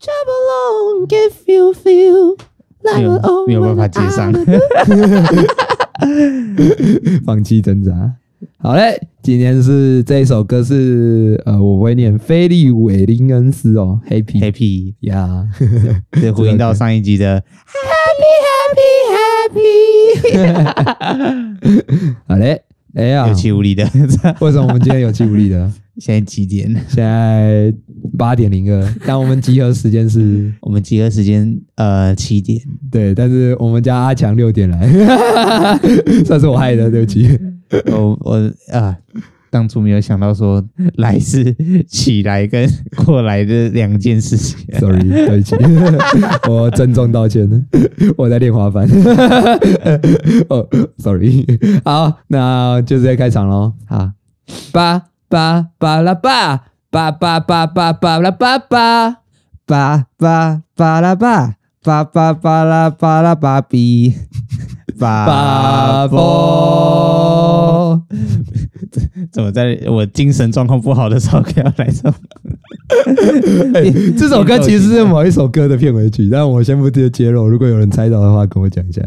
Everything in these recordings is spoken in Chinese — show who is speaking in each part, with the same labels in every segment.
Speaker 1: Job alone, give you feel like Ah,
Speaker 2: 没
Speaker 1: an old
Speaker 3: 哦
Speaker 2: 有没有办法
Speaker 1: man
Speaker 2: 接
Speaker 3: 啊
Speaker 2: 上
Speaker 1: I'm，
Speaker 2: 放弃挣扎。好嘞，今天是这一首歌是呃，我会念菲利韦林恩斯哦，Happy
Speaker 3: Happy，
Speaker 2: 呀，
Speaker 3: 这呼应到上一集 的
Speaker 1: Happy, happy, happy
Speaker 2: 好嘞，哎呀
Speaker 3: 有，气无力的。
Speaker 2: 为什么我们今天有气无力的？
Speaker 3: 现在几点？
Speaker 2: 现在八点 零二，但我们集合时间是
Speaker 3: 我们集合时间呃七 点，
Speaker 2: 对，但是我们家阿强六点来， 算是我害的，对不 起。
Speaker 3: 我我啊，当初没有想到说来是起来跟过来的两件事情。
Speaker 2: Sorry，对不起， 我郑重道歉。我在练滑板。 哦、s o r r y 好，那就直接开场喽。
Speaker 3: 好，
Speaker 2: 叭叭叭啦叭，叭叭叭叭叭啦叭叭，
Speaker 3: 叭叭叭啦叭，叭叭叭啦叭啦叭比，
Speaker 2: 叭
Speaker 3: 叭叭。
Speaker 2: 啵。
Speaker 3: 怎么在我精神状况不好的时候给要来这种？
Speaker 2: 这首歌其实是某一首歌的片尾曲，但我先不揭揭露。如果有人猜到的话，跟我讲一下。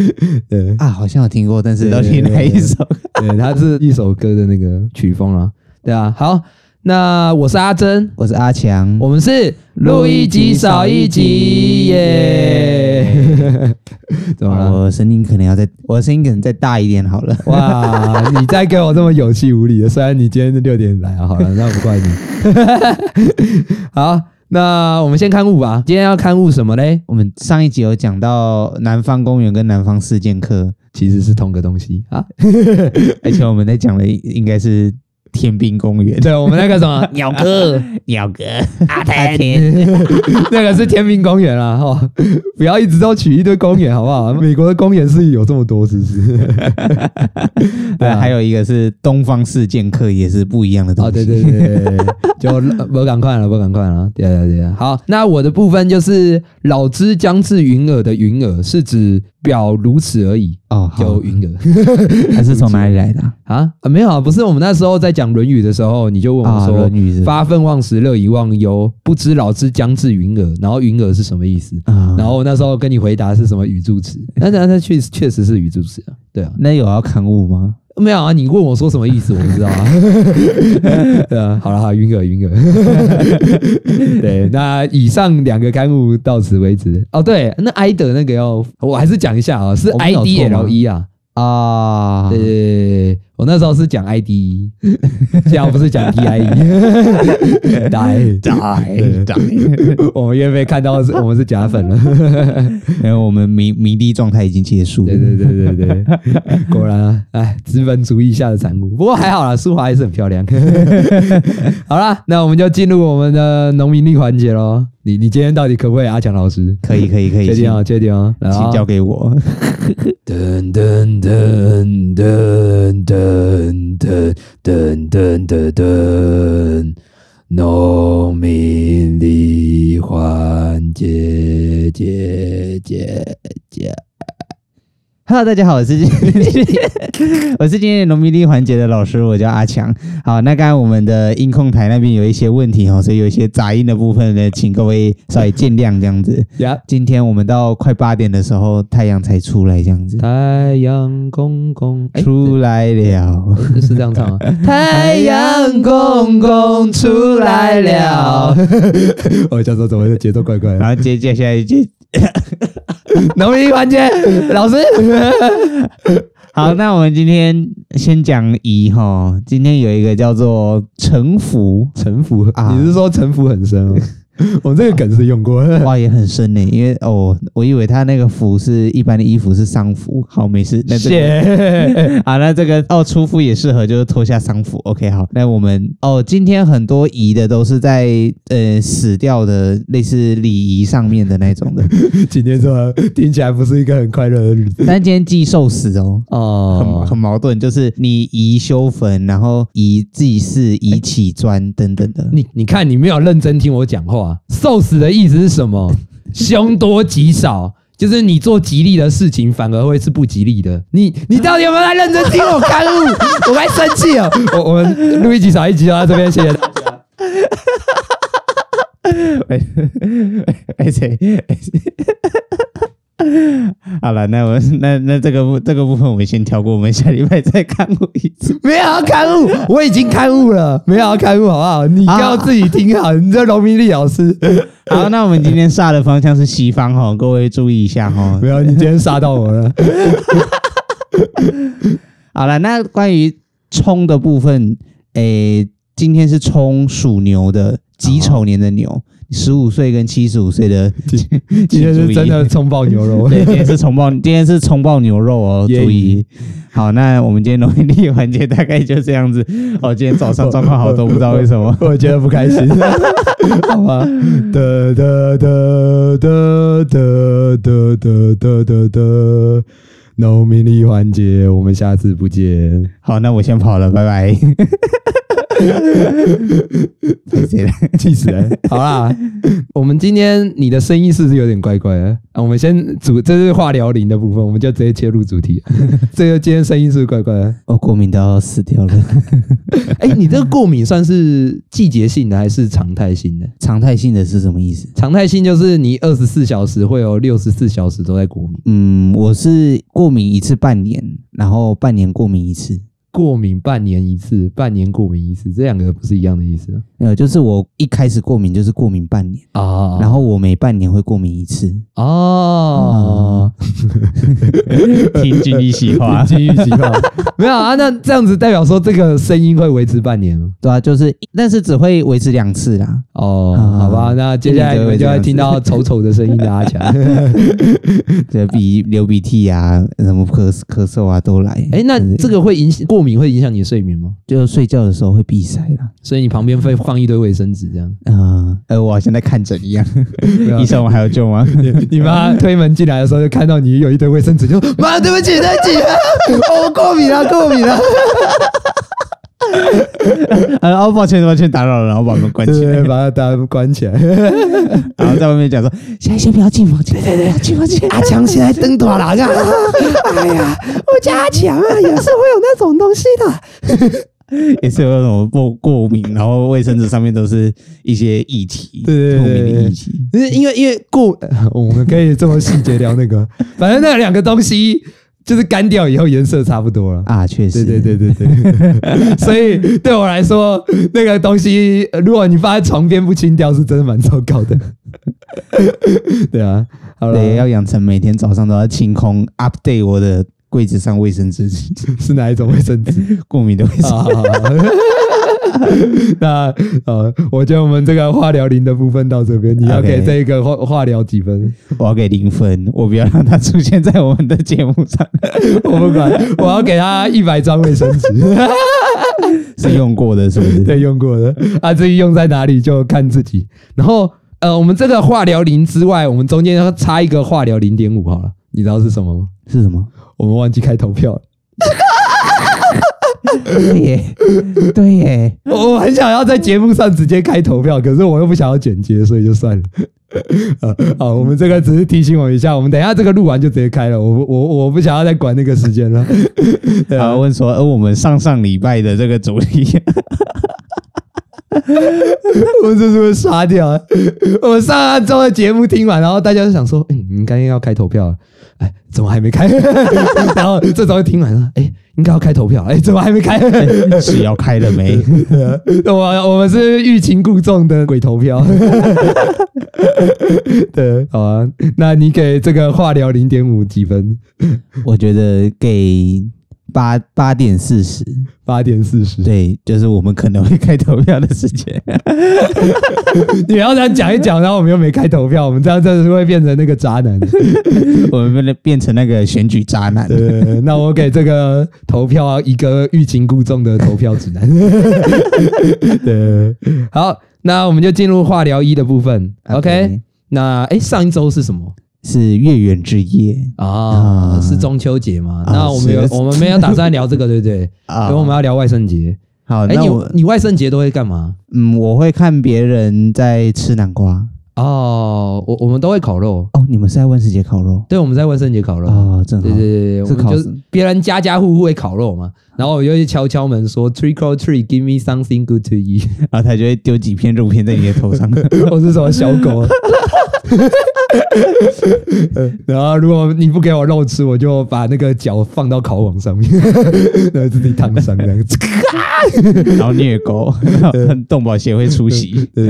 Speaker 2: 对，
Speaker 3: 啊，好像有听过，但是到底
Speaker 2: 对对对
Speaker 3: 哪一首？
Speaker 2: 对，它是一首歌的那个曲风啊。对啊，好，那我是阿珍，
Speaker 3: 我是阿强，
Speaker 2: 我们是录一集少一集耶。嗯 怎么了？
Speaker 3: 我的声音可能要再，我的声音可能再大一点好了。
Speaker 2: 哇！你再给我这么有气无力的，虽然你今天是六点来啊，好了，那我不怪你。 好，那我们先刊物吧。今天要刊物什么嘞？
Speaker 3: 我们上一集有讲到南方公园跟南方四剑 客，
Speaker 2: 其实是同个东西啊。
Speaker 3: 而且我们在讲的应该是天兵公园。
Speaker 2: 对，我们那个什么
Speaker 3: 鸟哥， 鸟哥，阿天，
Speaker 2: 那个是天命公园啦，哈、不要一直都取一堆公园，好不好？美国的公园是有这么多，是不是？对啊
Speaker 3: 还有一个是东方四剑客，也是不一样的东
Speaker 2: 哦，
Speaker 3: 西。
Speaker 2: 对对对对，对就呃不赶快了，不赶快了，对对对。好，那我的部分就是老之将至云耳的云耳，是指表如此而已，
Speaker 3: 哦，好
Speaker 2: 就，云耳
Speaker 3: 它是从哪里来的啊？
Speaker 2: 嗯 啊啊，没有啊，不是我们那时候在讲《论语》的时候，你就问我
Speaker 3: 啊，
Speaker 2: 说。
Speaker 3: 论语是吧
Speaker 2: 发愤忘食，乐以忘忧，不知老之将至云耳。然后云耳是什么意思？
Speaker 3: 啊
Speaker 2: 然后我那时候跟你回答是什么语助词？ 那那那确实确实是语助词啊，对啊，
Speaker 3: 那有要刊物吗？
Speaker 2: 没有啊，你问我说什么意思，我不知 道啊。对啊，好了，好晕个晕个。 对，那以上两个刊物到此为止。哦，对，那 I 的那个要，我还是讲一下啊，是
Speaker 3: 我们
Speaker 2: I
Speaker 3: 有
Speaker 2: D
Speaker 3: 错吗
Speaker 2: L E 啊。
Speaker 3: 啊，
Speaker 2: 对对对，对我那时候是讲 I D，现在我不是讲 D I E。对，
Speaker 3: 对 对，
Speaker 2: 我们又被看到是我们是假粉了。
Speaker 3: 然后我们迷迷弟状态已经结束了。
Speaker 2: 对对对对对，果然啊，哎，资本主义下的产物。不过还好啦，苏华还是很漂亮。好啦，那我们就进入我们的农民力环节喽。你你今天到底可不可以阿强老师？
Speaker 3: 可以可以可以，
Speaker 2: 确定
Speaker 3: 请
Speaker 2: 哦，确定哦。然
Speaker 3: 请
Speaker 2: 后
Speaker 3: 交给我。
Speaker 2: 噔噔噔噔噔噔噔噔噔噔，农民力环节节节节。
Speaker 3: Hello，大家好，我是我是今天的农民力环节的老师，我叫阿强。好，那刚刚我们的音控台那边有一些问题哦，所以有一些杂音的部分呢，请各位稍微见谅这样子。
Speaker 2: 呀，
Speaker 3: 今天我们到快八点的时候，太阳才出来这样
Speaker 2: 哎
Speaker 3: 子，
Speaker 2: 太阳公公哎
Speaker 3: 出来了。
Speaker 2: 是是这样唱啊！太阳公公出来了。我想说怎么这节奏怪怪
Speaker 3: 然？后接接下来就
Speaker 2: 农民环节，老师，
Speaker 3: 好，那我们今天先讲乙哈，今天有一个叫做城府，
Speaker 2: 城府
Speaker 3: 啊
Speaker 2: 你是说城府很深哦？我这个梗是用过。
Speaker 3: 哇，也很深呢，因为哦，我以为他那个服是一般的衣服是丧服，好，没事，那这 个。
Speaker 2: 谢，
Speaker 3: 好，那这个哦，出服也适合，就是脱下丧服。OK，好，那我们哦，今天很多仪的都是在呃死掉的类似礼仪上面的那种 的，
Speaker 2: 今天这么听起来不是一个很快乐的日子
Speaker 3: 但今天祭寿死哦，很
Speaker 2: 哦
Speaker 3: 很矛盾，就是你仪修坟，然后仪祭祀、仪起砖等等的。
Speaker 2: 你你看，你没有认真听我讲话。受死的意思是什 么？凶多吉少，就是你做吉利的事情，反而会是不吉利的。你你到底有没有在认真听我刊 物？我该生气了。我我们录一集少一集就到这边，谢谢大家。
Speaker 3: 哎哎谁？哎谁好了，那我那那这个部这个部分我们先跳过，我们下礼拜再看过一次。
Speaker 2: 没有要刊物，我已经刊物了，没有要刊物，好不好？你要自己听好，你这农民力老师，
Speaker 3: 好，那我们今天煞的方向是西方哈，各位注意一下哈
Speaker 2: 没。有，你今天杀到我 了。
Speaker 3: 好了，那关于冲的部分，诶、今天是冲属牛的己丑年的牛，十五岁跟七十五岁的，今
Speaker 2: 今天是真的冲爆牛 肉，
Speaker 3: 对，今天 是重爆，今天是重爆牛肉哦，
Speaker 2: 耶
Speaker 3: 注意。好，那我们今天农民历环节大概就这样子。哦，今天早上状况好多，不知道为什么。
Speaker 2: 我觉得不开心，好吧？哒哒哒哒哒哒哒哒哒哒，农民力环节，我们下次不见。
Speaker 3: 好，那我先跑了，拜拜。 拍谁 了？
Speaker 2: 气死人！好 啦，我们今天你的声音是不是有点怪怪的？啊，我们先主，这是化疗零的部分，我们就直接切入主 题。这个今天声音是不是怪怪的？
Speaker 3: 我哦过敏到死掉了，
Speaker 2: 哎、你这个过敏算是季节性的还是常态性的？
Speaker 3: 常态性的是什么意思？
Speaker 2: 常态性就是你二十四小时会有六十四小时都在过敏，
Speaker 3: 嗯，我是过敏一次半年，然后半年过敏一次。
Speaker 2: 过敏半年一次，半年过敏一次，这两个不是一样的意思吗
Speaker 3: 呃，就是我一开始过敏就是过敏半年，
Speaker 2: 啊
Speaker 3: 然后我每半年会过敏一次。
Speaker 2: 哦，
Speaker 3: 听君一席话
Speaker 2: 金玉其貌， 没有啊？那这样子代表说这个声音会维持半年吗？
Speaker 3: 对啊，就是，但是只会维持两次 啦。
Speaker 2: 哦，
Speaker 3: 啊
Speaker 2: 好吧，那接下来你们就会听到丑丑的声音的阿 强。
Speaker 3: 这鼻流鼻涕啊，什么咳咳嗽啊都来。
Speaker 2: 哎、那这个会影响过敏，会影响你睡眠吗？
Speaker 3: 就睡觉的时候会鼻塞啦。
Speaker 2: 所以你旁边会放一堆卫生纸这样。
Speaker 3: 嗯，呃，我好像在看诊 一样。医生，我还有救 吗？
Speaker 2: 你妈推门进来的时候就看到你有一堆卫生纸， 就说妈，对不起，对不起、啊，哦我过敏了、过敏了、
Speaker 3: 呃，哦，抱歉，抱歉，打扰了，然后把门关起来
Speaker 2: 对，，把它打关起来。
Speaker 3: 然后在外面讲说，现在先不要进房间，对对对，进房间。
Speaker 1: 阿强现在灯短了，这样。哎呀，我家阿强啊，也是会有那种东西的。
Speaker 3: 也是有那种过过敏，然后卫生纸上面都是一些液体，
Speaker 2: 对对对
Speaker 3: 透明的液体。
Speaker 2: 因为因为因为过， 哦我们可以这么细节聊那个，反正那两个东西就是干掉以后颜色差不多了。
Speaker 3: 啊，确实，
Speaker 2: 对对对对 对，所以对我来说，那个东西，呃如果你放在床边不清掉，是真的蛮糟糕的。 对啊，好了，
Speaker 3: 对，要养成每天早上都要清空 update 我的柜子上卫生纸，
Speaker 2: 是哪一种卫 生纸？啊
Speaker 3: 过敏的卫生
Speaker 2: 好好好 那呃，我觉得我们这个化疗零的部分到这边，你要
Speaker 3: OK
Speaker 2: 给这一个化化疗几 分？
Speaker 3: 我要给零分，我不要让它出现在我们的节目上，
Speaker 2: 我不管，我要给他一百张卫生纸，
Speaker 3: 是用过的，是不 是？
Speaker 2: 对，用过的啊，至于用在哪里就看自己。然后呃，我们这个化疗零之外，我们中间要插一个化疗零点五好了，你知道是什么吗？
Speaker 3: 是什么？
Speaker 2: 我们忘记开投票了，
Speaker 3: 对耶，对耶，
Speaker 2: 我我很想要在节目上直接开投票，可是我又不想要剪接，所以就算了。 呃，好，我们这个只是提醒我一下，我们等一下这个录完就直接开了，我不我我不想要再管那个时间了。对
Speaker 3: 然
Speaker 2: 啊
Speaker 3: 后问说，呃，我们上上礼拜的这个主题，
Speaker 2: 我们这是会刷掉 啊。我们上周的节目听完，然后大家就想说，嗯，应该要开投票了，哎，怎么还没开？ 然后这周听完了，哎，应该要开投票，哎，怎么还没开？
Speaker 3: 是要开了没？
Speaker 2: 我我们是欲擒故纵的鬼投票。 对，好啊，那你给这个化疗零点五几分？
Speaker 3: 我觉得给八八点四十，
Speaker 2: 八点四十。
Speaker 3: 对，就是我们可能会开投票的时 间。
Speaker 2: 你要这样讲一讲，然后我们又没开投票，我们这样真的是会变成那个渣男。
Speaker 3: 我们变得变成那个选举渣男。
Speaker 2: 对，那我给这个投票啊一个欲擒故纵的投票 指南。对，好，那我们就进入化疗一的部分。OK，那哎，上一周是什么
Speaker 3: 是月圆之夜
Speaker 2: 啊？
Speaker 3: 啊
Speaker 2: 是中秋节嘛？
Speaker 3: 啊
Speaker 2: 那我们有
Speaker 3: 是
Speaker 2: 我们没有打算聊这个，对不 对？
Speaker 3: 啊
Speaker 2: 所以我们要聊万圣节。
Speaker 3: 好，啊
Speaker 2: 哎，
Speaker 3: 那
Speaker 2: 你
Speaker 3: 我
Speaker 2: 你万圣节都会干嘛？
Speaker 3: 嗯，我会看别人在吃南瓜。
Speaker 2: 哦，我我们都会烤肉，
Speaker 3: 哦，你们是在万圣节烤肉
Speaker 2: 对，我们在万圣节烤肉。
Speaker 3: 啊？正好
Speaker 2: 对对对对，
Speaker 3: 是
Speaker 2: 我
Speaker 3: 烤
Speaker 2: 们就
Speaker 3: 什
Speaker 2: 别人家家户户会烤肉嘛，然后我就去敲敲门说 trick or treat, give me something good to eat，
Speaker 3: 然后他就会丢几片肉片在你的头 上。
Speaker 2: 我是什么小狗啊。然后如果你不给我肉吃，我就把那个脚放到烤网上面， 然后自己烫伤这样。
Speaker 3: 然后虐狗，动保协会出席。
Speaker 2: 呃，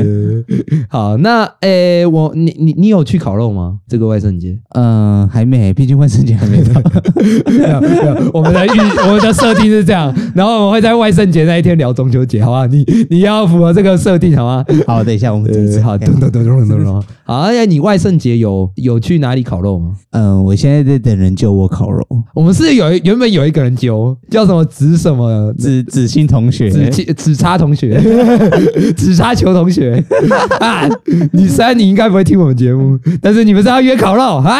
Speaker 2: 好，那诶、我你你你有去烤肉吗？这个万圣节？
Speaker 3: 嗯，还没，毕竟万圣节还没到。
Speaker 2: 没有没有 我们的预我们的设定是这样，然后我们会在万圣节那一天聊中秋节，好吧？你你要符合这个设定，好吗？
Speaker 3: 好，等一下我们
Speaker 2: 呃，好，
Speaker 3: 好，
Speaker 2: 咚咚咚咚咚咚。 好，哎，你万圣节有有去哪里烤肉吗？
Speaker 3: 嗯，我现在在等人救我烤肉，
Speaker 2: 我们是有原本有一个人揪，叫什么子什么
Speaker 3: 子子欣同学，
Speaker 2: 子子子叉同学， 子叉球同学 啊！你虽然你应该不会听我们节目，但是你们是要约烤肉 啊？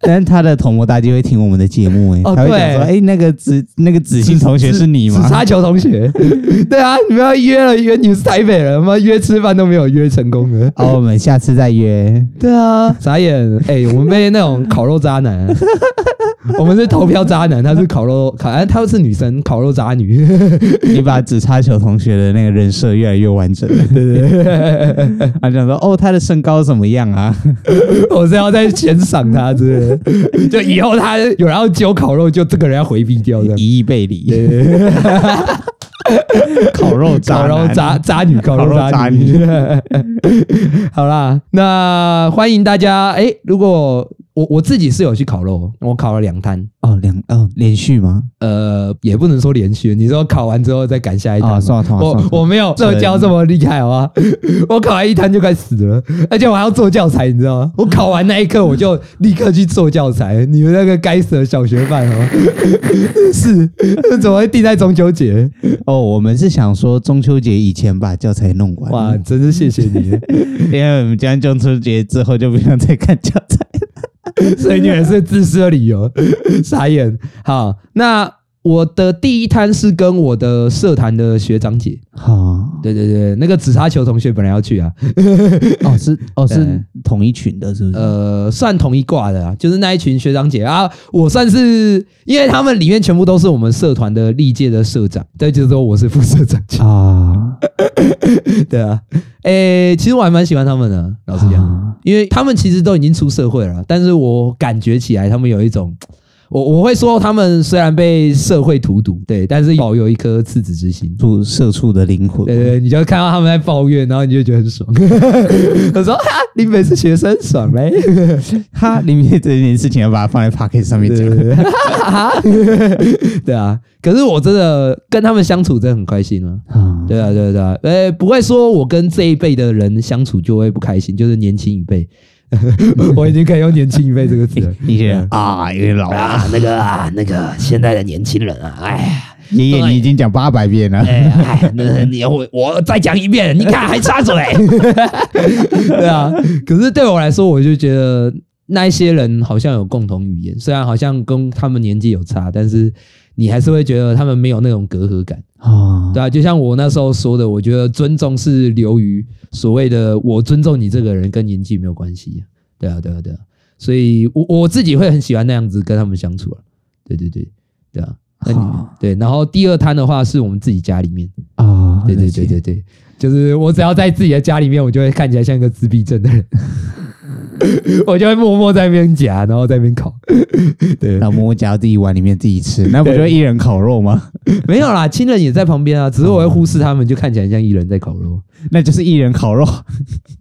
Speaker 3: 但是他的同谋大姐会听我们的节目，哎，
Speaker 2: 哦
Speaker 3: 他会讲说，
Speaker 2: 对
Speaker 3: 哎，那个子那个子欣同学是你
Speaker 2: 紫
Speaker 3: 吗？
Speaker 2: 叉球同学， 对啊，你们要约了约，你们是台北人吗？约吃饭都没有约成功的。
Speaker 3: 好，我们下次再约。
Speaker 2: 对啊，傻眼！哎、我们被那种烤肉渣男、 我们是投票渣男，他是烤肉烤，哎，他是女生烤肉渣女。
Speaker 3: 你把紫叉球同学的那个人设越来越完整了。 对对， 他讲说，哦，他的身高怎么样啊？
Speaker 2: 我是要再悬赏他之类的， 就以后他有人要揪烤肉，就这个人要回避掉这样。
Speaker 3: 一亿倍里，
Speaker 2: 对
Speaker 3: 烤肉渣
Speaker 2: 烤
Speaker 3: 男，
Speaker 2: 肉渣渣女， 烤肉渣女。 好啦，那欢迎大家。哎、如果我我自己是有去烤肉，我烤了两摊，
Speaker 3: 哦，两哦连续吗？
Speaker 2: 呃，也不能说连续。你说烤完之后再赶下一摊吗、
Speaker 3: 啊，算了，算了，算
Speaker 2: 我
Speaker 3: 了
Speaker 2: 我没有
Speaker 3: 真
Speaker 2: 做教这么厉害，好吧？ 我考完一摊就快死了，而且我还要做教材，你知道吗？我考完那一刻我就立刻去做教材。你们那个该死的小学办哦， 是怎么会定在中秋节？
Speaker 3: 哦，我们是想说中秋节以前把教材弄完，
Speaker 2: 哇，真是谢谢你！
Speaker 3: 因为我们将中秋节之后就不想再看教材。
Speaker 2: 所以你也是自私的理由，傻眼。好，那我的第一摊是跟我的社团的学长姐，
Speaker 3: 好，
Speaker 2: 对对对，那个紫砂球同学本来要去啊，
Speaker 3: 哦是哦是
Speaker 2: 对
Speaker 3: 同一群的，是不是？
Speaker 2: 呃，算同一挂的啊，就是那一群学长姐啊，我算是，因为他们里面全部都是我们社团的历届的社长，对，就是说我是副社长，
Speaker 3: 啊，
Speaker 2: 对啊，诶、其实我还蛮喜欢他们的，老实讲，
Speaker 3: 啊
Speaker 2: 因为他们其实都已经出社会了，啊但是我感觉起来他们有一种，我我会说他们虽然被社会荼毒，对，但是保有一颗赤子之心，
Speaker 3: 住社畜的灵魂，
Speaker 2: 对对对，你就会看到他们在抱怨，然后你就觉得很爽。 我说哈，林北是学生，爽嘞。
Speaker 3: 哈，里面这件事情要把它放在 p o c k e t 上面讲。
Speaker 2: 对啊，可是我真的跟他们相处真的很开心啊。
Speaker 3: 啊，
Speaker 2: 对啊，对啊，对啊，呃、不会说我跟这一辈的人相处就会不开心，就是年轻一辈， 我已经可以用年轻一辈这个词了。
Speaker 3: 一些啊，有点老啊，
Speaker 1: 啊，那个啊，那个现在的年轻人啊，哎呀，
Speaker 3: 爷爷你已经讲八百遍了。
Speaker 1: 哎哎，那你我我再讲一遍，你看还插嘴，
Speaker 2: 对啊，可是对我来说，我就觉得那一些人好像有共同语言，虽然好像跟他们年纪有差，但是你还是会觉得他们没有那种隔阂感。
Speaker 3: 啊，
Speaker 2: 对啊，就像我那时候说的，我觉得尊重是流于所谓的我尊重你这个人，跟年纪没有关系。对啊，对啊，对啊，所以我我自己会很喜欢那样子跟他们相处啊。对对对，对啊。那你
Speaker 3: 好
Speaker 2: 对，然后第二摊的话是我们自己家里面，
Speaker 3: 啊，
Speaker 2: 对对
Speaker 3: 了解
Speaker 2: 对对对，就是我只要在自己的家里面，我就会看起来像一个自闭症的人， 我就会默默在那边夹，然后在那边烤。对，
Speaker 3: 然后摸夹到自己碗里面自己 吃，那不就一人烤肉吗？
Speaker 2: 没有啦，亲人也在旁边啊，只是我会忽视他们，就看起来像一人在烤肉。
Speaker 3: 那就是一人烤肉，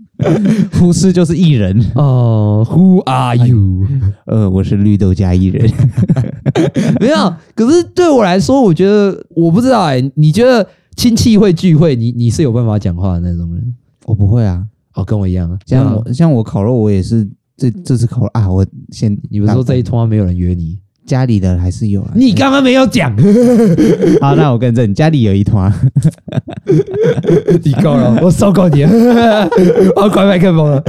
Speaker 3: 忽视就是一人。
Speaker 2: 哦、w h o are you？
Speaker 3: 呃，我是绿豆加一人，
Speaker 2: 没有，可是对我来说，我觉得我不知道哎、你觉得亲戚会聚会，你你是有办法讲话的那种人？
Speaker 3: 我不会啊。
Speaker 2: 哦，跟我一样啊，这
Speaker 3: 像
Speaker 2: 样
Speaker 3: 我像我烤肉，我也是这这次烤肉啊，我先
Speaker 2: 你不是说这一通话没有人约你？
Speaker 3: 家里的还是有啊。
Speaker 2: 你刚刚没有讲，
Speaker 3: 好，那我跟着你家里有一团，
Speaker 2: 啊你够 了，我受够你了， 我要关麦克风了。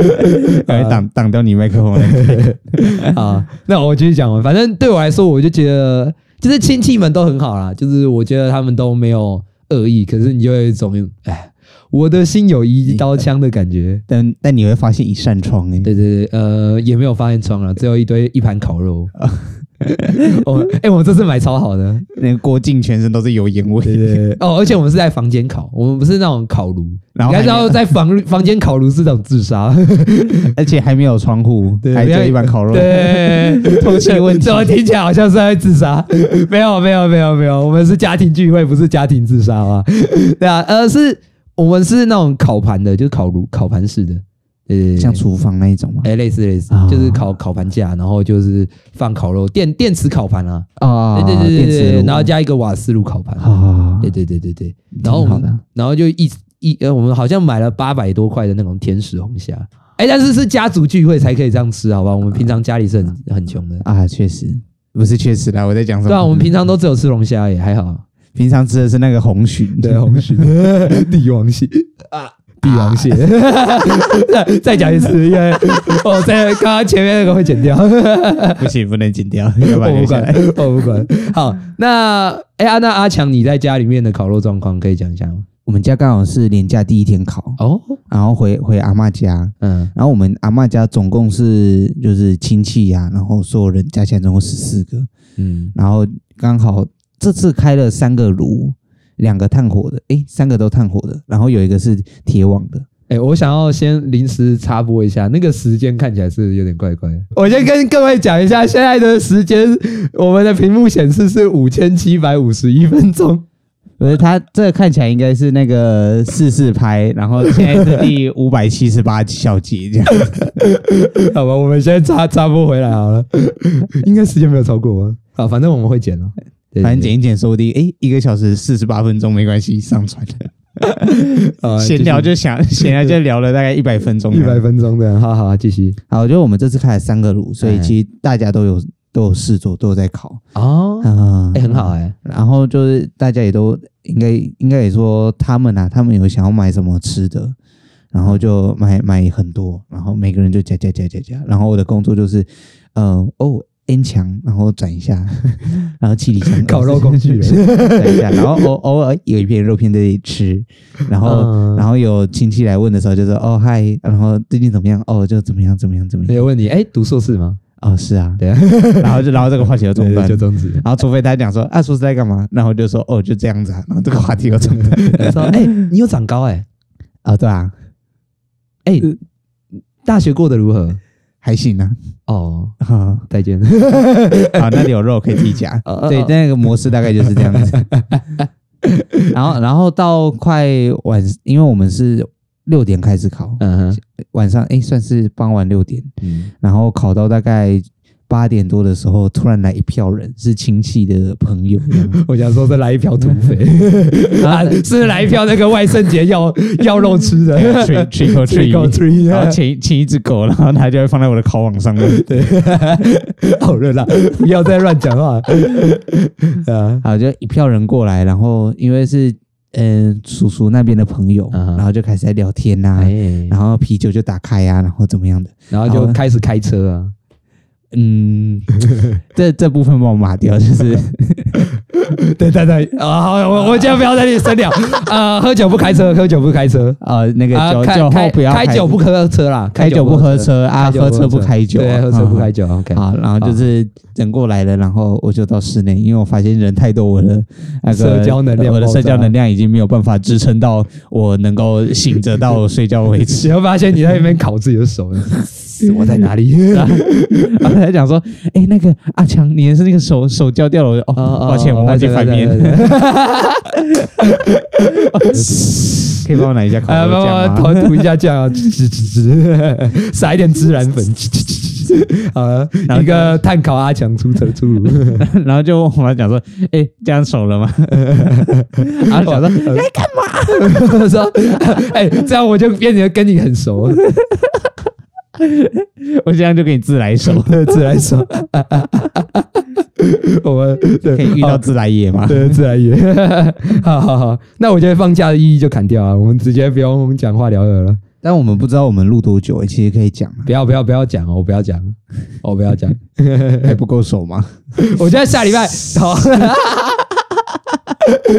Speaker 3: 赶快挡挡掉你麦克风了。
Speaker 2: 啊，那我继续讲完。反正对我来说，我就觉得就是亲戚们都很好啦，就是我觉得他们都没有恶意，可是你就有一种哎，我的心有一刀枪的感觉。
Speaker 3: 但但你会发现一扇窗哎、
Speaker 2: 对对对，呃，也没有发现窗了，只有一堆一盘烤肉。哦，哎、我们这次买超好的，
Speaker 3: 那个郭靖全身都是油烟味。
Speaker 2: 对对对，哦，而且我们是在房间烤，我们不是那种烤炉，
Speaker 3: 然后
Speaker 2: 你
Speaker 3: 还
Speaker 2: 该知道在房房间烤炉是种自杀，
Speaker 3: 而且还没有窗户，
Speaker 2: 对
Speaker 3: 还只有一碗烤肉。
Speaker 2: 对，
Speaker 3: 空气问题
Speaker 2: 怎么听起来好像是在自杀？没有没有没有没有，我们是家庭聚会，不是家庭自杀啊。对啊，呃，是我们是那种烤盘的，就是烤炉烤盘式的，呃，
Speaker 3: 像厨房那一种嘛。
Speaker 2: 哎、类似类似，
Speaker 3: 啊
Speaker 2: 就是烤烤盘架，然后就是放烤肉，电电磁烤盘啊，
Speaker 3: 啊
Speaker 2: 对对对
Speaker 3: 电
Speaker 2: 对
Speaker 3: 磁
Speaker 2: 对，
Speaker 3: 炉
Speaker 2: 然后加一个瓦斯炉烤盘，
Speaker 3: 啊，
Speaker 2: 对对对对对，然
Speaker 3: 挺
Speaker 2: 后我
Speaker 3: 好
Speaker 2: 们
Speaker 3: 的。
Speaker 2: 然后就一一呃，我们好像买了八百多块的那种天使红虾，哎、但是是家族聚会才可以这样吃，好吧？我们平常家里是很很穷的，
Speaker 3: 啊，确实不是确实啦，我在讲什么？
Speaker 2: 对啊，我们平常都只有吃龙虾，也还好。
Speaker 3: 平常吃的是那个红鲟，
Speaker 2: 红鲟、帝王蟹啊，帝王蟹，再再讲一次，因为哦，在刚刚前面那个会剪掉，
Speaker 3: 不行，不能剪掉，要不
Speaker 2: 我
Speaker 3: 然留
Speaker 2: 不
Speaker 3: 下
Speaker 2: 管
Speaker 3: 来。，
Speaker 2: 我不管。好，那哎、啊那阿强，你在家里面的烤肉状况可以讲一下吗？
Speaker 3: 我们家刚好是年假第一天烤，
Speaker 2: 哦，
Speaker 3: 然后回回阿嬷家，
Speaker 2: 嗯，
Speaker 3: 然后我们阿嬷家总共是就是亲戚呀、然后所有人加起来总共十四个，
Speaker 2: 嗯，
Speaker 3: 然后刚好这次开了三个炉，两个炭火的，诶，三个都炭火的，然后有一个是铁网的，
Speaker 2: 哎、我想要先临时插播一下，那个时间看起来是有点怪怪的。我先跟各位讲一下，现在的时间，我们的屏幕显示是五千七百五十一分钟。
Speaker 3: 不是它这个看起来应该是那个四四拍，然后现在是第五百七十八小节这样。
Speaker 2: 好吧，我们先插插播回来好了，应该时间没有超过吧？好，反正我们会剪了，对
Speaker 3: 反正剪一剪，说不定哎、诶一个小时四十八分钟没关系，上传
Speaker 2: 呃
Speaker 3: 闲聊就想 闲聊就聊了大概一百分钟这
Speaker 2: 一
Speaker 3: 样，
Speaker 2: 百分钟的，好好继续
Speaker 3: 好，啊就我们这次开了三个炉，所以
Speaker 2: 哎
Speaker 3: 其实大家都有都有事做，都有在烤
Speaker 2: 哦
Speaker 3: 啊、
Speaker 2: 哎、很好哎、
Speaker 3: 然后就是大家也都应该应该也说他们啊，他们有想要买什么吃的，然后就买买很多，然后每个人就加加加加加。然后我的工作就是，呃哦，N 强，然后转一下， 然后气力强
Speaker 2: 烤肉工具人
Speaker 3: 转一下，然后偶偶尔有一片肉片在这里吃，然后、
Speaker 2: 嗯
Speaker 3: 哦然后有亲戚来问的时候就说哦嗨，然后最近怎么样？哦就怎么样怎么样怎么
Speaker 2: 没
Speaker 3: 样？
Speaker 2: 有问题，哎、读硕士吗？
Speaker 3: 哦是啊，
Speaker 2: 对啊，
Speaker 3: 然后就然后这个话题就中断
Speaker 2: 对，就终止 了。
Speaker 3: 然后除非他讲说啊，说是在干嘛，然后我就说哦，就这样子啊，然后这个话题又中 断
Speaker 2: 说，哎、你有长高哎、
Speaker 3: 啊，对啊，
Speaker 2: 哎、
Speaker 3: 呃
Speaker 2: 大学过得如何？
Speaker 3: 还行啊，
Speaker 2: 哦，
Speaker 3: 啊， 好，
Speaker 2: 再 见。啊
Speaker 3: 那里有肉可以自己 夹
Speaker 2: 哦哦，
Speaker 3: 对，那个模式大概就是这样子。 然后，然后到快晚，因为我们是六点开始考，
Speaker 2: 嗯哼，
Speaker 3: 晚上哎算是傍晚六点，
Speaker 2: 嗯，
Speaker 3: 然后考到大概八点多的时候，突然来一票人，是亲戚的朋友这样子，
Speaker 2: 我想说是来一票土匪， 啊，是来一票那个万圣节要 要肉吃的
Speaker 3: trick trick or
Speaker 2: trick or
Speaker 3: treat
Speaker 2: treat，
Speaker 3: 然后请请一只狗，然后它就会放在我的烤网上面。
Speaker 2: 好热闹，不要再乱讲话。 啊，
Speaker 3: 好，就一票人过来，然后因为是嗯、呃叔叔那边的朋友，
Speaker 2: 嗯哼
Speaker 3: 然后就开始在聊天呐、
Speaker 2: 哎，
Speaker 3: 然后啤酒就打开啊，然后怎么样的，
Speaker 2: 然后就开始开车啊，
Speaker 3: 嗯，这这部分帮我抹掉，就是
Speaker 2: 对对对，啊，好，我我们今天不要在这里深聊啊，喝酒不开车，喝酒不开车。
Speaker 3: 呃那个
Speaker 2: 啊
Speaker 3: 酒、
Speaker 2: 开
Speaker 3: 酒后
Speaker 2: 开
Speaker 3: 不要
Speaker 2: 开酒
Speaker 3: 酒
Speaker 2: 不喝车啦，
Speaker 3: 开酒不喝车啊，嗯
Speaker 2: 开
Speaker 3: 喝车不开酒，
Speaker 2: 对，喝啊车不开
Speaker 3: 酒。
Speaker 2: 酒。OK，
Speaker 3: 好，啊然后就是人过来了，然后我就到室内，因为我发现人太多，我的那个
Speaker 2: 社交能量
Speaker 3: 我的
Speaker 2: 爆炸
Speaker 3: 社交能量已经没有办法支撑到我能够醒着到睡觉为 止
Speaker 2: 你。会发现你在那边烤自己的 手，死我在哪里？
Speaker 3: 然后他讲说：“哎、那个阿强，你的是那个手手焦掉了。”我就哦，抱歉，我忘记翻面， 可以帮我拿一下口
Speaker 2: 啊，
Speaker 3: 红
Speaker 2: 帮我
Speaker 3: 酱吗？
Speaker 2: 头涂一下酱啊，吱吱吱吱， 撒一点孜然粉，吱吱吱吱。好了，一个碳烤阿强出车出炉，
Speaker 3: 然后就问我讲说：“哎、这样熟了吗？” 然后讲说
Speaker 2: 哦说，哎，这样我就变得跟你很熟，：“
Speaker 3: 我这样就可以自来熟，
Speaker 2: 自然熟。 我们对
Speaker 3: 可以遇
Speaker 2: 好
Speaker 3: 到自来也吗
Speaker 2: 对，自然语。 好好好，那我觉得放假的意义就砍掉啊，我们直接不用讲话聊了了。？”
Speaker 3: 但我们不知道我们录多久、诶其实可以 讲啊，
Speaker 2: 不要不要不要讲哦，我不要讲，哦我不要讲。
Speaker 3: 还不够熟吗？
Speaker 2: 我觉得下礼拜好，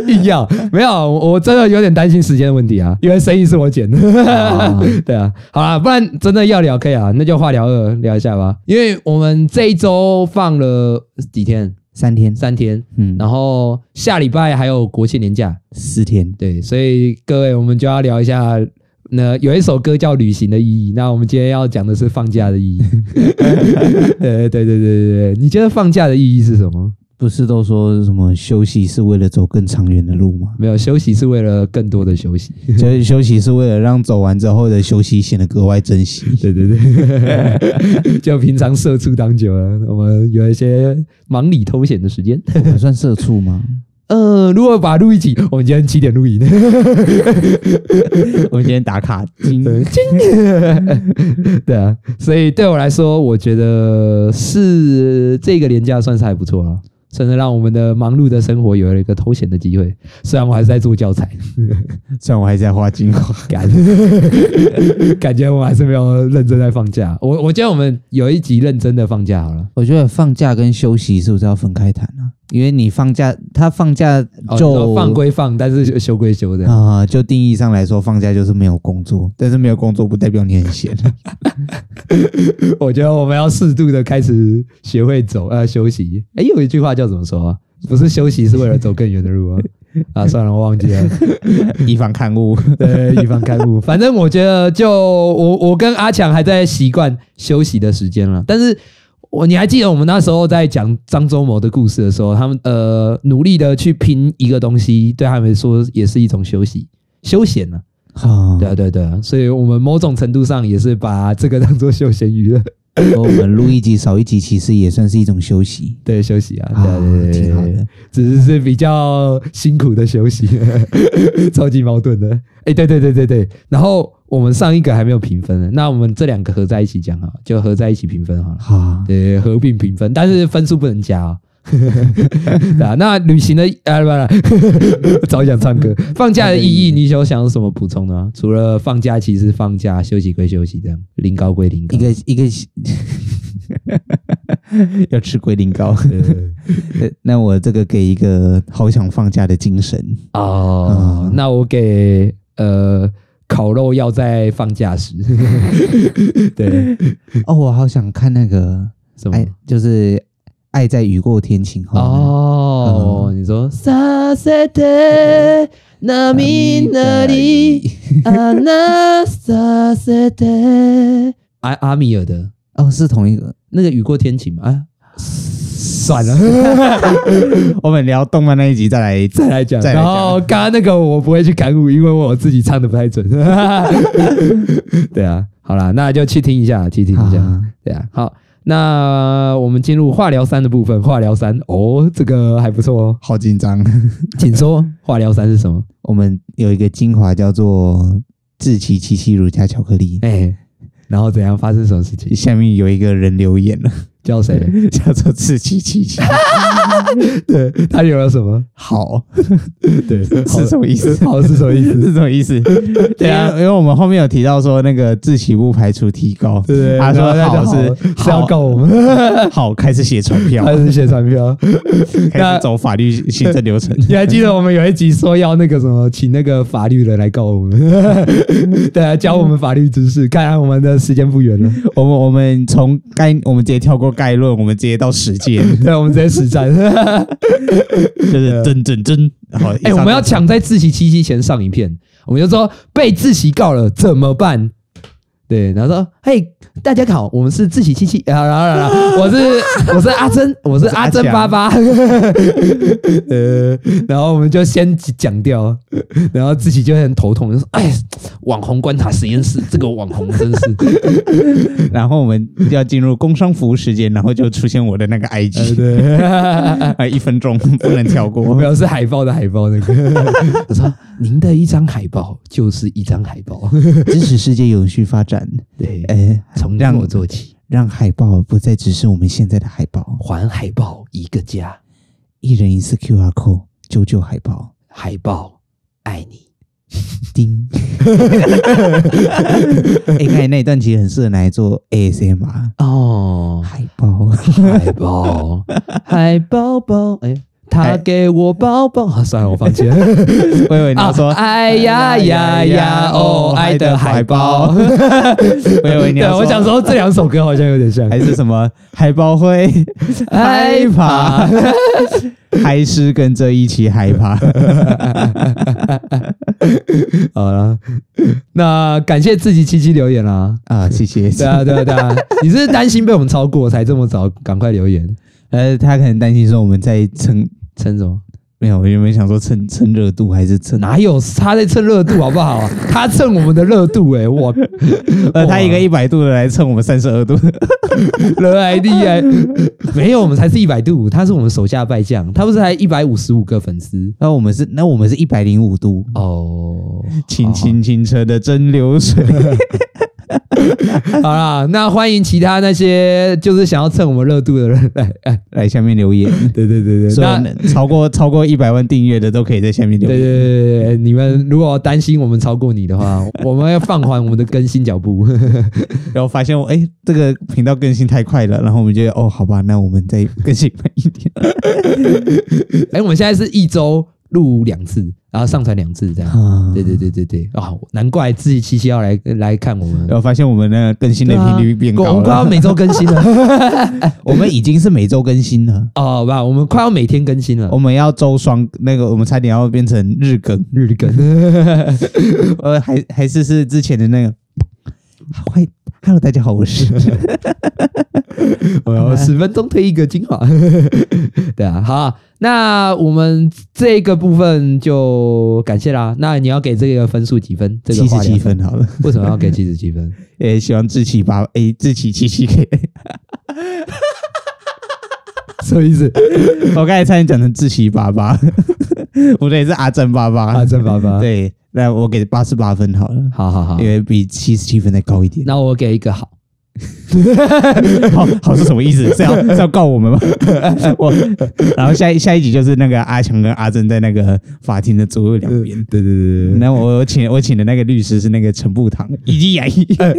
Speaker 2: 硬要没有，我我真的有点担心时间的问题啊，因为生意是我剪的。
Speaker 3: 啊
Speaker 2: 对啊，好啦，不然真的要聊可以啊，那就话聊二聊一下吧，因为我们这一周放了几天，
Speaker 3: 三天，
Speaker 2: 三天，
Speaker 3: 嗯，
Speaker 2: 然后下礼拜还有国庆年假，
Speaker 3: 四天，
Speaker 2: 对，所以各位我们就要聊一下。那有一首歌叫《旅行的意义》，那我们今天要讲的是放假的意义。呃，对对对对对，你觉得放假的意义是什么？
Speaker 3: 不是都说什么休息是为了走更长远的路 吗？
Speaker 2: 没有，休息是为了更多的休息。
Speaker 3: 休休息是为了让走完之后的休息显得格外珍惜。
Speaker 2: 对对对， 就平常社畜当久了，我们有一些忙里偷闲的时间。
Speaker 3: 我 们算社畜吗？
Speaker 2: 呃，如果把录一集，我们今天七点录影，
Speaker 3: 我们今天打卡金
Speaker 2: 对啊，所以对我来说，我觉得是这个廉价算是还不错了。甚至让我们的忙碌的生活有了一个偷闲的机会，虽然我还是在做教材，
Speaker 3: 虽然我还在画精华，
Speaker 2: 感 感觉我还是没有认真在放假。我我觉得我们有一集认真的放假好了，
Speaker 3: 我觉得放假跟休息是不是要分开谈啊？因为你放假，他放假
Speaker 2: 哦
Speaker 3: 就、
Speaker 2: 你说放归放，但是休归休的。
Speaker 3: 啊、就定义上来说，放假就是没有工作，但是没有工作不代表你很闲。
Speaker 2: 我觉得我们要适度的开始学会走 呃休息。哎，有一句话叫怎么说啊？不是休息是为了走更远的 路啊！啊，算了，我忘记了。
Speaker 3: 以防刊物，
Speaker 2: 对，以防开幕。反正我觉得就，我我跟阿强还在习惯休息的时间了。但是我你还记得我们那时候在讲张忠谋的故事的时候，他们呃努力的去拼一个东西，对他们来说也是一种休息休闲呢、
Speaker 3: 啊
Speaker 2: 对啊，对啊，对啊。所以我们某种程度上也是把这个当做休闲娱乐。
Speaker 3: 说我们录一集少一集，其实也算是一种休息。
Speaker 2: 对，休息啊，
Speaker 3: 啊
Speaker 2: 对对对对，
Speaker 3: 挺好的，
Speaker 2: 只是是比较辛苦的休息， 超级矛盾的。 哎，对对对对对，然后我们上一个还没有评分呢，那我们这两个合在一起讲啊，就合在一起评分好了。
Speaker 3: 哈，
Speaker 2: 对，呃合并评分，但是分数不能加啊、 对啊，那旅行的啊，不不 不，早想唱歌。放假的意义，你有想有什么补充的
Speaker 3: 嗯
Speaker 2: 吗？除了放假，其实放假，休息归休息，这样零高归零高。
Speaker 3: 一个一个 要吃龟苓膏，
Speaker 2: 对对对
Speaker 3: 呃 那我这个给一个好想放假的精神。
Speaker 2: 哦，
Speaker 3: 嗯
Speaker 2: 那我给呃烤肉要在放假时， 对，
Speaker 3: 哦，我好想看那个
Speaker 2: 什么
Speaker 3: 爱？，就是《爱在雨过天晴后》
Speaker 2: 哦，
Speaker 3: 嗯
Speaker 2: 你说させて波なり離させて， 阿阿米尔的
Speaker 3: 哦，是同一个。
Speaker 2: 那个雨过天晴嘛？啊，算了，
Speaker 3: 我们聊动漫那一集再来。
Speaker 2: 再来讲。
Speaker 3: 再来
Speaker 2: 然
Speaker 3: 讲
Speaker 2: 后刚刚那个我不会去感悟，因为我自己唱的不 太准。对啊，好啦，那就去听一下，去听一下。
Speaker 3: 啊
Speaker 2: 对啊，好，那我们进入化疗三的部分。化疗三，哦，这个还不错哦，
Speaker 3: 好紧张。
Speaker 2: 请 说，化疗三是什么？
Speaker 3: 我们有一个精华叫做志奇七七乳加巧克力。
Speaker 2: 哎、然后怎样发生什么事情？
Speaker 3: 下面有一个人留言了，
Speaker 2: 叫谁？
Speaker 3: 叫做志奇七七。
Speaker 2: 对他有了什么？
Speaker 3: 好，
Speaker 2: 对，
Speaker 3: 是什么意思？
Speaker 2: 好是什么意思？
Speaker 3: 是这种意 思，对
Speaker 2: 啊
Speaker 3: 啊，因为我们后面有提到说那个志奇不排除提高，
Speaker 2: 对对，
Speaker 3: 他啊说
Speaker 2: 然后
Speaker 3: 好
Speaker 2: 他就是是要告我们，
Speaker 3: 好， 好开始写传票，
Speaker 2: 还是写传票？
Speaker 3: 开始走法律行政流程，
Speaker 2: 你还记得我们有一集说要那个什么，请那个法律人来告我们，对啊，教我们 法律知识。看来我们的时间不远了，
Speaker 3: 我们我们从概，我们直接跳过概论，我们直接到实 践，
Speaker 2: 对啊，我们直接实战。
Speaker 3: 就是真真真。好，
Speaker 2: 哎、
Speaker 3: 以上
Speaker 2: 我们要
Speaker 3: 就是
Speaker 2: 抢在自习七夕前上影片，我们就说被自习告了怎么办？对，然后说，嘿，大家好，我们是自习七七，啊，然后然后然后我是我是阿珍，我是阿珍爸爸， 呃，然后我们就先讲掉，然后自己就很头痛，就说，哎，网红观察实验室，这个网红真 是，
Speaker 3: 然后我们要进入工商服务时间，然后就出现我的那个 IG，
Speaker 2: 对。
Speaker 3: 啊，一分钟 不能跳过
Speaker 2: 我。们要是海报的海报那个，我说您的一张海报就是一张海报，
Speaker 3: 支持世界永续发展，
Speaker 2: 对，
Speaker 3: 呃，
Speaker 2: 从
Speaker 3: 让
Speaker 2: 我做起，
Speaker 3: 让海报不再只是我们现在的海报，
Speaker 2: 还海报一个家，
Speaker 3: 一人一次 QR code，九九海报，
Speaker 2: 海报爱你。
Speaker 3: 叮。 哎，刚才那一段其实很适合拿来做 ASMR
Speaker 2: 哦，
Speaker 3: 海报。
Speaker 2: 海报，海报包，哎，他给我抱抱。啊，算了，我放弃了。
Speaker 3: 我以为你要说，
Speaker 2: 哎呀呀呀，哦，爱的海 报。
Speaker 3: 我以为你
Speaker 2: 对，
Speaker 3: 要
Speaker 2: 我想说哎这两首歌好像有点 像。哎
Speaker 3: 还是什么海豹 会害怕，还是跟着一起害怕？
Speaker 2: 好了，那感谢自己七七留言啦。
Speaker 3: 啊，谢谢。
Speaker 2: 对啊，对啊，对啊！你是担心被我们超过才这么早，赶快留言
Speaker 3: 呃，他可能担心说我们在蹭，
Speaker 2: 撑什么？
Speaker 3: 没有，我原本想说蹭蹭热度还是蹭，
Speaker 2: 哪有他在蹭热度好不好？啊他蹭我们的热度哎、我
Speaker 3: 呃，他一个
Speaker 2: 哇
Speaker 3: 一百度的来蹭我们三十二度，
Speaker 2: 人来厉害，没有我们才是一百度，他是我们手下败将，他不是才一百五十五个粉丝
Speaker 3: 那我们是那我们是一百零五度，
Speaker 2: 哦。
Speaker 3: 清清清澈的蒸馏水。
Speaker 2: 好啦，那欢迎其他那些就是想要蹭我们热度的人来，哎
Speaker 3: 来下面留 言，
Speaker 2: 对对对对，
Speaker 3: 所
Speaker 2: 那
Speaker 3: 有能超过超过一百万订阅的都可以在下面留
Speaker 2: 对对
Speaker 3: 言。
Speaker 2: 对对对，你们如果担心我们超过你的话，我们要放缓我们的更新脚步。
Speaker 3: 然后发现我哎、这个频道更新太快了，然后我们就哦，好吧，那我们再更新慢一点。
Speaker 2: 哎、我们现在是一周录两次，然后上传两次这 样。
Speaker 3: 啊
Speaker 2: 对对对对对，啊、难怪自己七七要来来看我们
Speaker 3: 然。后发现我们那个更新的
Speaker 2: 对啊
Speaker 3: 频率变
Speaker 2: 我
Speaker 3: 高
Speaker 2: 们快要
Speaker 3: 了，
Speaker 2: 每周更新了
Speaker 3: 我们已经是每周更新了，
Speaker 2: 哦，吧，我们快要每天更新了
Speaker 3: 我，们要周双那个，我们差点要变成日更，
Speaker 2: 日更。
Speaker 3: 呃，还还是是之前的那个，嗨，Hello，大家好，我是
Speaker 2: 我要十分钟推一个精华。 对啊，好啊那我们这个部分就感谢啦。那你要给这个分数几分？这个
Speaker 3: 七十
Speaker 2: 话题
Speaker 3: 七，分好了，
Speaker 2: 为什么要给七十七 分？
Speaker 3: 也希望志奇把哎志奇七七给，
Speaker 2: 什么意思？
Speaker 3: 我刚才差点讲成志奇爸爸，不对，是阿正爸爸，
Speaker 2: 阿正爸爸
Speaker 3: 对，那我给八十八分好了。
Speaker 2: 好好好
Speaker 3: 因，为比七十七分再高一点。
Speaker 2: 那我给一个好。
Speaker 3: 好好是什么意思？是要是要告我们吗？我，然后下一下一集就是那个阿强跟阿珍在那个法庭的左右两边。
Speaker 2: 对对对对
Speaker 3: 那我我请我请的那个律师是那个陈步堂，以及牙医。
Speaker 2: 哎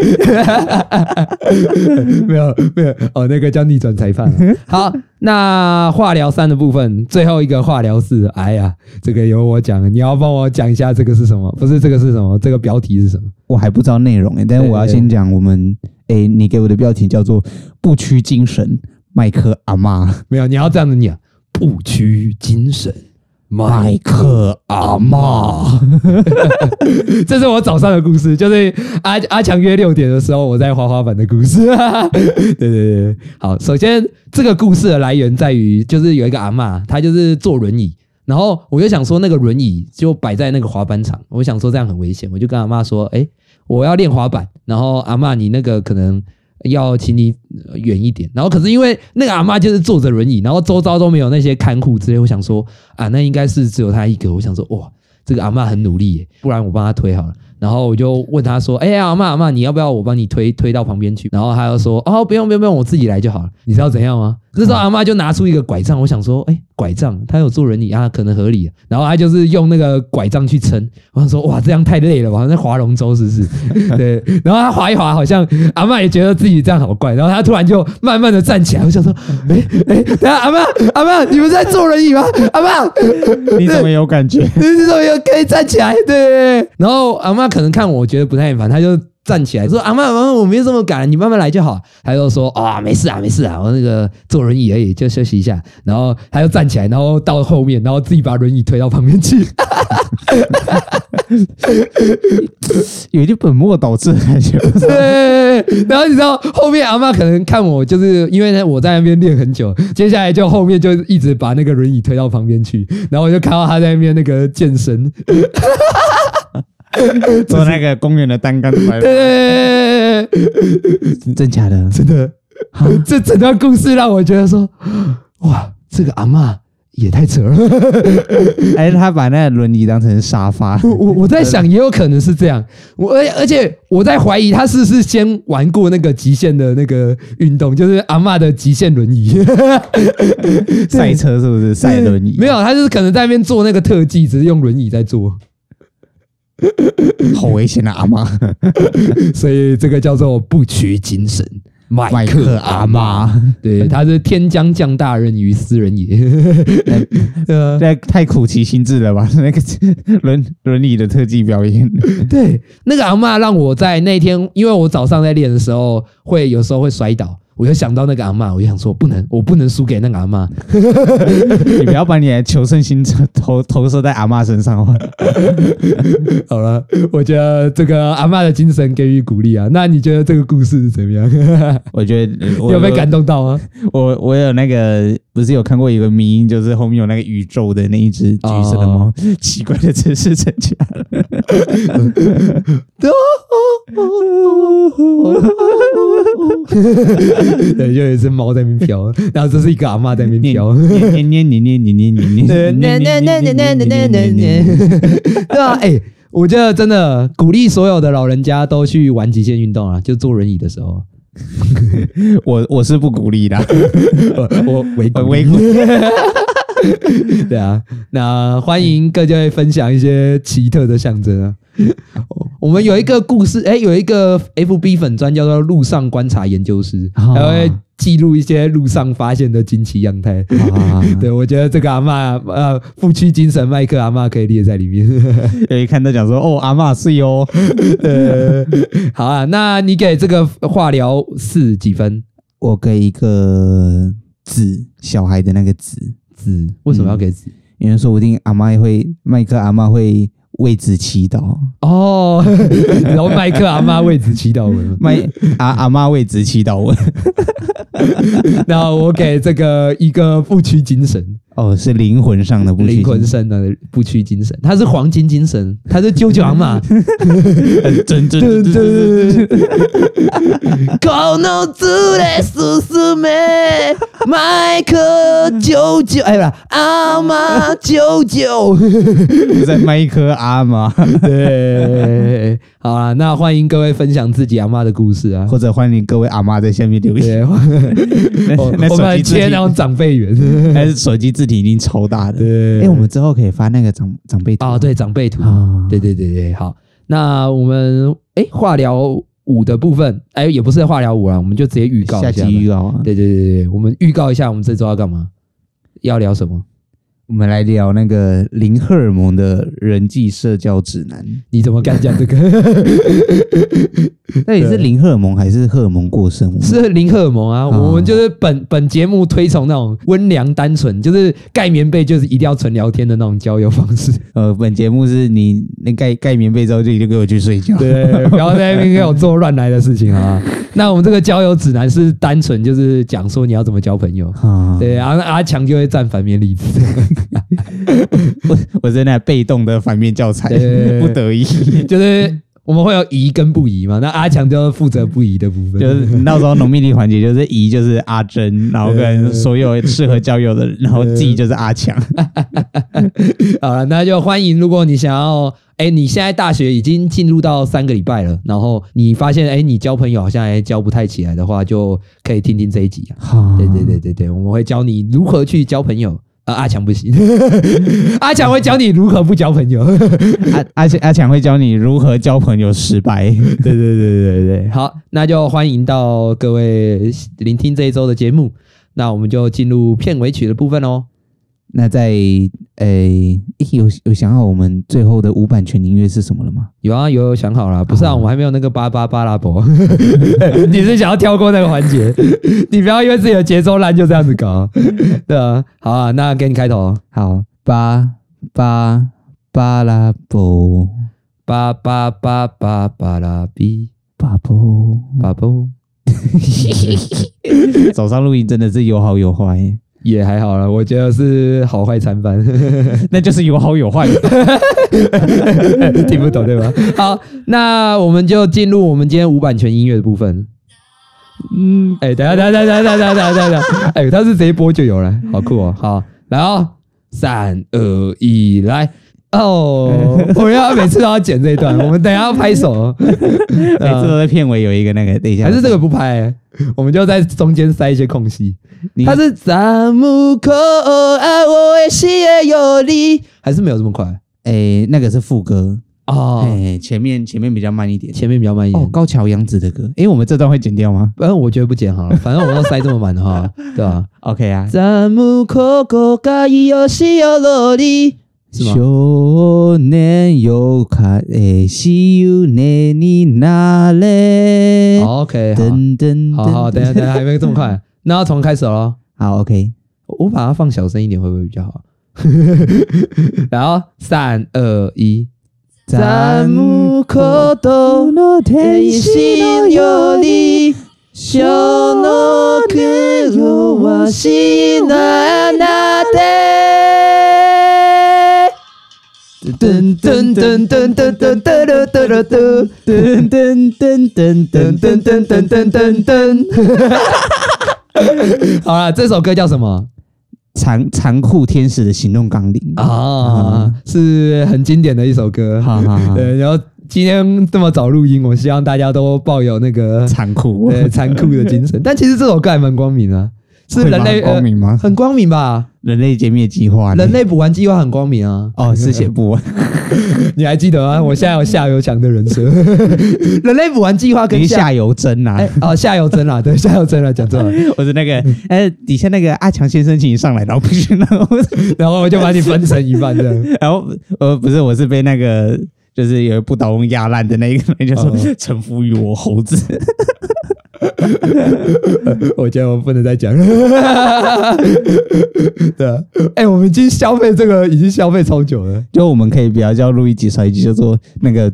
Speaker 2: 没有没有哦，那个叫逆转裁判啊、 好，那化疗三的部分，最后一个化疗四，哎呀，这个由我讲，你要帮我讲一下这个是什么？不是这个是什么？这个标题是什么？
Speaker 3: 我还不知道内容诶、但是我要先讲我们诶、你给我的标题叫做“不屈精神麦克阿妈
Speaker 2: 没有，你要这样子念，不屈精神，
Speaker 3: 麦
Speaker 2: 麦
Speaker 3: 克阿
Speaker 2: 阿
Speaker 3: 妈
Speaker 2: 妈。 这是我早上的故事，就是阿阿强约六点的时候，我在滑滑板的故事。 对对对，好，首先这个故事的来源在于，就是有一个阿嬷，她就是坐轮椅。然后我就想说，那个轮椅就摆在那个滑板场，我想说这样很危险，我就跟阿嬷说：“哎，我要练滑板。”然后阿嬷，你那个可能要请你呃远一点。然后可是因为那个阿嬷就是坐着轮椅，然后周遭都没有那些看护之类，我想说啊，那应该是只有她一个。我想说，哇，这个阿嬷很努力耶，不然我帮她推好了。然后我就问她说：“哎、呀，阿嬷阿嬷，你要不要我帮你推推到旁边去？”然后她就说：“哦，不用不用不用，我自己来就好了。”你知道怎样吗？这时候阿嬷就拿出一个拐杖，我想说：“哎、拐杖，她有坐轮椅啊，可能合理。”然后她就是用那个拐杖去撑。我想说：“哇，这样太累了吧？好像在划龙舟是不是？” 对。然后她划一划，好像阿嬷也觉得自己这样好怪，然后她突然就慢慢的站起来。我想说：“哎、哎、等一下阿嬷阿嬷，你们在坐轮椅吗？阿嬷。”
Speaker 3: 你怎么有感觉？
Speaker 2: 你怎么有可以站起来？对。然后阿妈可能看我觉得不太烦，她就站起来说：“阿妈，阿妈，我没有这么赶，你慢慢来就好。”她就说：“啊、没事啊，没事啊，我那个坐轮椅而已，就休息一下。”然后她就站起来，然后到后面，然后自己把轮椅推到旁边去。
Speaker 3: 有一点本末倒置的感觉。
Speaker 2: 对，然后你知道后面阿妈可能看我，就是因为呢我在那边练很久，接下来就后面就一直把那个轮椅推到旁边去，然后我就看到她在那边那个健身，
Speaker 3: 做那个公园的单杠摆
Speaker 2: 对对对对 对
Speaker 3: 真假 的？真的。
Speaker 2: 这整段故事让我觉得说，哇，这个阿嬷也太扯了。
Speaker 3: 哎，他把那个轮椅当成沙发，
Speaker 2: 我我我在想，也有可能是这样。我而而且我在怀疑，他是不是先玩过那个极限的那个运动，就是阿嬷的极限轮椅
Speaker 3: 赛车是不是？赛轮椅
Speaker 2: 没有，他就是可能在那边做那个特技，只是用轮椅在做。
Speaker 3: 好危险啊，阿妈！
Speaker 2: 所以这个叫做不屈精神麦克
Speaker 3: 克
Speaker 2: 阿
Speaker 3: 阿
Speaker 2: 妈，
Speaker 3: 妈，
Speaker 2: 对，他是天将降大任于斯人也。 对啊
Speaker 3: 那太苦其心志了吧？ 那个伦伦理的特技表 演，
Speaker 2: 对，那个阿嬷让我在那天，因为我早上在练的时候，会有时候会摔倒，我就想到那个阿嬷，我就想说，不能，我不能输给那个阿嬷。
Speaker 3: 你不要把你的求胜心投投射在阿妈身上哦。
Speaker 2: 好了，我觉得这个阿嬷的精神给予鼓励啊。那你觉得这个故事怎么样？
Speaker 3: 我觉得呃我
Speaker 2: 有被感动到吗？
Speaker 3: 我我有那个不是有看过一个迷音，就是后面有那个宇宙的那一只橘色的猫，奇怪的知识增加了。
Speaker 2: 对，就有一只猫在那边飘，然后这是一个阿嬷在那边
Speaker 3: 念
Speaker 2: 飘。
Speaker 3: 念念念念念念念念念念念念念念念。
Speaker 2: 对啊，哎、我觉得真的鼓励所有的老人家都去玩极限运动啊，就坐轮椅的时候，
Speaker 3: 我我是不鼓励的，
Speaker 2: 我围
Speaker 3: 我微鼓
Speaker 2: 对啊，那欢迎各位分享一些奇特的象征啊。
Speaker 3: 哦
Speaker 2: 我们有一个故事，哎、有一个 FB 粉专叫做“路上观察研究室”，
Speaker 3: 啊
Speaker 2: 还会记录一些路上发现的惊奇样态。
Speaker 3: 啊，
Speaker 2: 对，我觉得这个阿嬷，呃，富区精神麦克阿嬷可以列在里面。
Speaker 3: 有一看到讲说哦阿妈是哟，
Speaker 2: 好啊，那你给这个化疗四几分？
Speaker 3: 我给一个子小孩的那个子，
Speaker 2: 子？为什么要给子？
Speaker 3: 有人说不定阿妈会麦克阿妈会为子祈祷，
Speaker 2: 哦， 然后麦克阿嬷为子祈祷文。
Speaker 3: 麦阿阿妈为子祈祷文，
Speaker 2: 那我给这个一个富区精神。
Speaker 3: 哦是灵魂上的不
Speaker 2: 灵魂神的不屈精神，他是黄金精神，他是九九 阿玛。
Speaker 3: 真真真
Speaker 2: 对
Speaker 3: 真
Speaker 2: 对对对对可能只得思思妹，麦克九九，哎不，阿玛九 九。
Speaker 3: 在麦克阿妈，
Speaker 2: 对，好啊，那欢迎各位分享自己阿妈的故事啊。
Speaker 3: 或者欢迎各位阿妈在下面留言。
Speaker 2: 对，我
Speaker 3: 那那
Speaker 2: 我
Speaker 3: 手
Speaker 2: 们
Speaker 3: 机字
Speaker 2: 切
Speaker 3: 体
Speaker 2: 那，种长辈缘。
Speaker 3: 还是手机字体已经超大的。
Speaker 2: 对
Speaker 3: 哎，我们之后可以发那个长长辈图
Speaker 2: 啊，对长辈图，
Speaker 3: 啊
Speaker 2: 对对对对，好，那我们哎化疗五的部分，哎也不是化疗五啊，我们就直接预告
Speaker 3: 下
Speaker 2: 一下
Speaker 3: 集
Speaker 2: 吧。
Speaker 3: 预告啊，
Speaker 2: 对对对对，我们预告一下，我们这周要干嘛？要聊什么？
Speaker 3: 我们来聊那个零荷尔蒙的人际社交指南，
Speaker 2: 你怎么敢讲这个？
Speaker 3: 到底是零荷尔蒙还是荷尔蒙过剩？我
Speaker 2: 是零荷尔蒙啊！
Speaker 3: 啊
Speaker 2: 我们就是本本节目推崇那种温良单纯，就是盖棉被就是一定要纯聊天的那种交友方式。
Speaker 3: 呃，本节目是你那盖盖棉被之后就就给我去睡觉。
Speaker 2: 对， 不要在那边给我做乱来的事情啊！那我们这个交友指南是单纯就是讲说你要怎么交朋友。
Speaker 3: 啊，
Speaker 2: 对，然后阿强就会站反面例子。
Speaker 3: 我我真的被动的反面教材
Speaker 2: 对，
Speaker 3: 不得已，
Speaker 2: 就是我们会有疑跟不疑嘛，那阿强就负责不疑的部分。
Speaker 3: 就是到时候农民力环节就是姨就是阿珍，然后跟所有适合交友的人，然后季就是阿 强。
Speaker 2: 好了，那就欢迎，如果你想要，哎、你现在大学已经进入到三个礼拜了，然后你发现，哎、你交朋友好像还交不太起来的话，就可以听听这一集啊。
Speaker 3: 嗯
Speaker 2: 对对对对对，我们会教你如何去交朋友。啊，阿强不行， 阿强会教你如何不交朋友。
Speaker 3: 阿阿强阿强会教你如何交朋友失败。
Speaker 2: 对对对对对，好，那就欢迎到各位聆听这一周的节目。那我们就进入片尾曲的部分哦。
Speaker 3: 那在诶、有有想好我们最后的无版权音乐是什么了吗？
Speaker 2: 有啊，有有想好了，不是啊，
Speaker 3: 啊
Speaker 2: 我们还没有那个八八八拉 伯。你是想要跳过那个环 节？你不要因为自己的节奏烂就这样子搞。对啊，好啊，那给你开头哦，
Speaker 3: 好，巴巴巴拉波
Speaker 2: 八八八八八拉比嗯
Speaker 3: 巴波。
Speaker 2: 八波
Speaker 3: 早上录音真的是有好有坏耶，
Speaker 2: 也还好了，我觉得是好坏参半，
Speaker 3: 那就是有好 有坏。
Speaker 2: 听不懂对吧？好，那我们就进入我们今天无版权音乐的部分。
Speaker 3: 嗯，
Speaker 2: 哎、等一下，等一下，等一下，等一下，等一下，等一下，等一下哎、他是直接播就有了，好酷哦！好，来哦，三二一，来哦！我们要每次都要剪这一段，我们等一下要拍手哦，
Speaker 3: 每次哎都在片尾有一个那个，等一下
Speaker 2: 还是这个不拍、我们就在中间塞一些空隙。
Speaker 3: 你
Speaker 2: 他是咱们可爱，我也是也有你，还是没有这么快
Speaker 3: 诶、那个是副歌，
Speaker 2: 啊，
Speaker 3: 哎，前面前面比较慢一点。
Speaker 2: 前面比较慢一
Speaker 3: 哦，
Speaker 2: 点。
Speaker 3: 高桥洋子的歌，哎，我们这段会剪掉吗
Speaker 2: 反正我觉得不剪好了，反正我要塞这么满 的话，对吧？
Speaker 3: ？OK 啊，
Speaker 2: 咱们可可がよしよろり是吗？
Speaker 3: 少年よかえしゆねになれ。
Speaker 2: 好，OK，好
Speaker 3: 噔噔
Speaker 2: 好好，等一下等一下，还没这么 快，那要从开始了。
Speaker 3: 好 OK，
Speaker 2: 我把它放小声一点，会不会比较好？ 然后三二一，
Speaker 3: 咱们可
Speaker 2: 都
Speaker 3: の天
Speaker 2: 心よりその声はしななで
Speaker 3: 噔噔噔噔噔噔噔噔噔噔噔噔噔噔
Speaker 2: 噔
Speaker 3: 噔噔
Speaker 2: 噔噔
Speaker 3: 噔
Speaker 2: 噔
Speaker 3: 噔
Speaker 2: 噔噔噔。好了，这首歌叫什么
Speaker 3: 残残酷天使的行动纲领啊！
Speaker 2: 啊？是很经典的一首歌。
Speaker 3: 好好好，
Speaker 2: 对，然后今天这么早录音，我希望大家都抱有 那个
Speaker 3: 残酷
Speaker 2: 对残酷的精神。但其实这首歌还蛮光明啊，是
Speaker 3: 会
Speaker 2: 人
Speaker 3: 吗
Speaker 2: 类
Speaker 3: 光明吗
Speaker 2: 呃、？很光明吧？
Speaker 3: 人类歼灭计划呢，
Speaker 2: 人类补完计划很光明啊。
Speaker 3: 哦是写不完，
Speaker 2: 你还记得吗？我现在有下游强的人 设，人类补完计划
Speaker 3: 跟
Speaker 2: 跟下
Speaker 3: 下游争啊
Speaker 2: 哎！嗯哦下游真啦，对下游真啦，啊讲错了。
Speaker 3: 我是那个哎，底下那个阿强先生，请你上来，然后不是，然后
Speaker 2: 然后我就把你分成一半这样。
Speaker 3: 然后呃不是，我是被那个就是有一不倒翁压烂的那一个人就说
Speaker 2: 哦
Speaker 3: 臣服于我猴子，
Speaker 2: 我觉得我不能再讲了。 对啊，哎、我们已经消费这个已经消费超久了。
Speaker 3: 就我们可以不要叫录一集少一集，叫做那个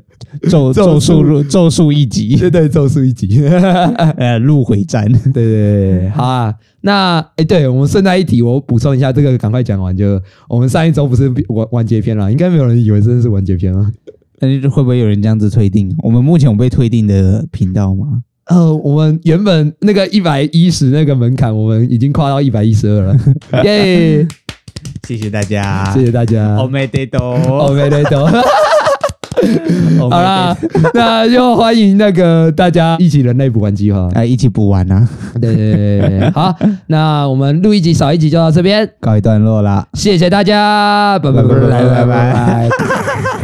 Speaker 3: 咒咒术
Speaker 2: 咒术
Speaker 3: 录咒术一集，
Speaker 2: 对对，咒术一集。
Speaker 3: 呃，录回战。
Speaker 2: 对对对，好啊。那哎，对我们顺带一提，我补充一下，这个赶快讲完就。我们上一周不是完完结篇了，应该没有人以为真的是完结篇啊。
Speaker 3: 但是会不会有人这样子退订？我们目前有被退订的频道吗？
Speaker 2: 呃，我们原本那个一百一十那个门槛，我们已经跨到一百一十二了，耶、
Speaker 3: 谢谢大家，
Speaker 2: 谢谢大家。
Speaker 3: 欧美得多，
Speaker 2: 哦，没得 懂。
Speaker 3: 好
Speaker 2: 好啦，那就欢迎那个大家一起人类补完计划。
Speaker 3: 啊，一起补完啊，
Speaker 2: 对对对对对，好，那我们录一集少一集就到这边，
Speaker 3: 告一段落啦。
Speaker 2: 谢谢大家，拜拜拜拜拜拜。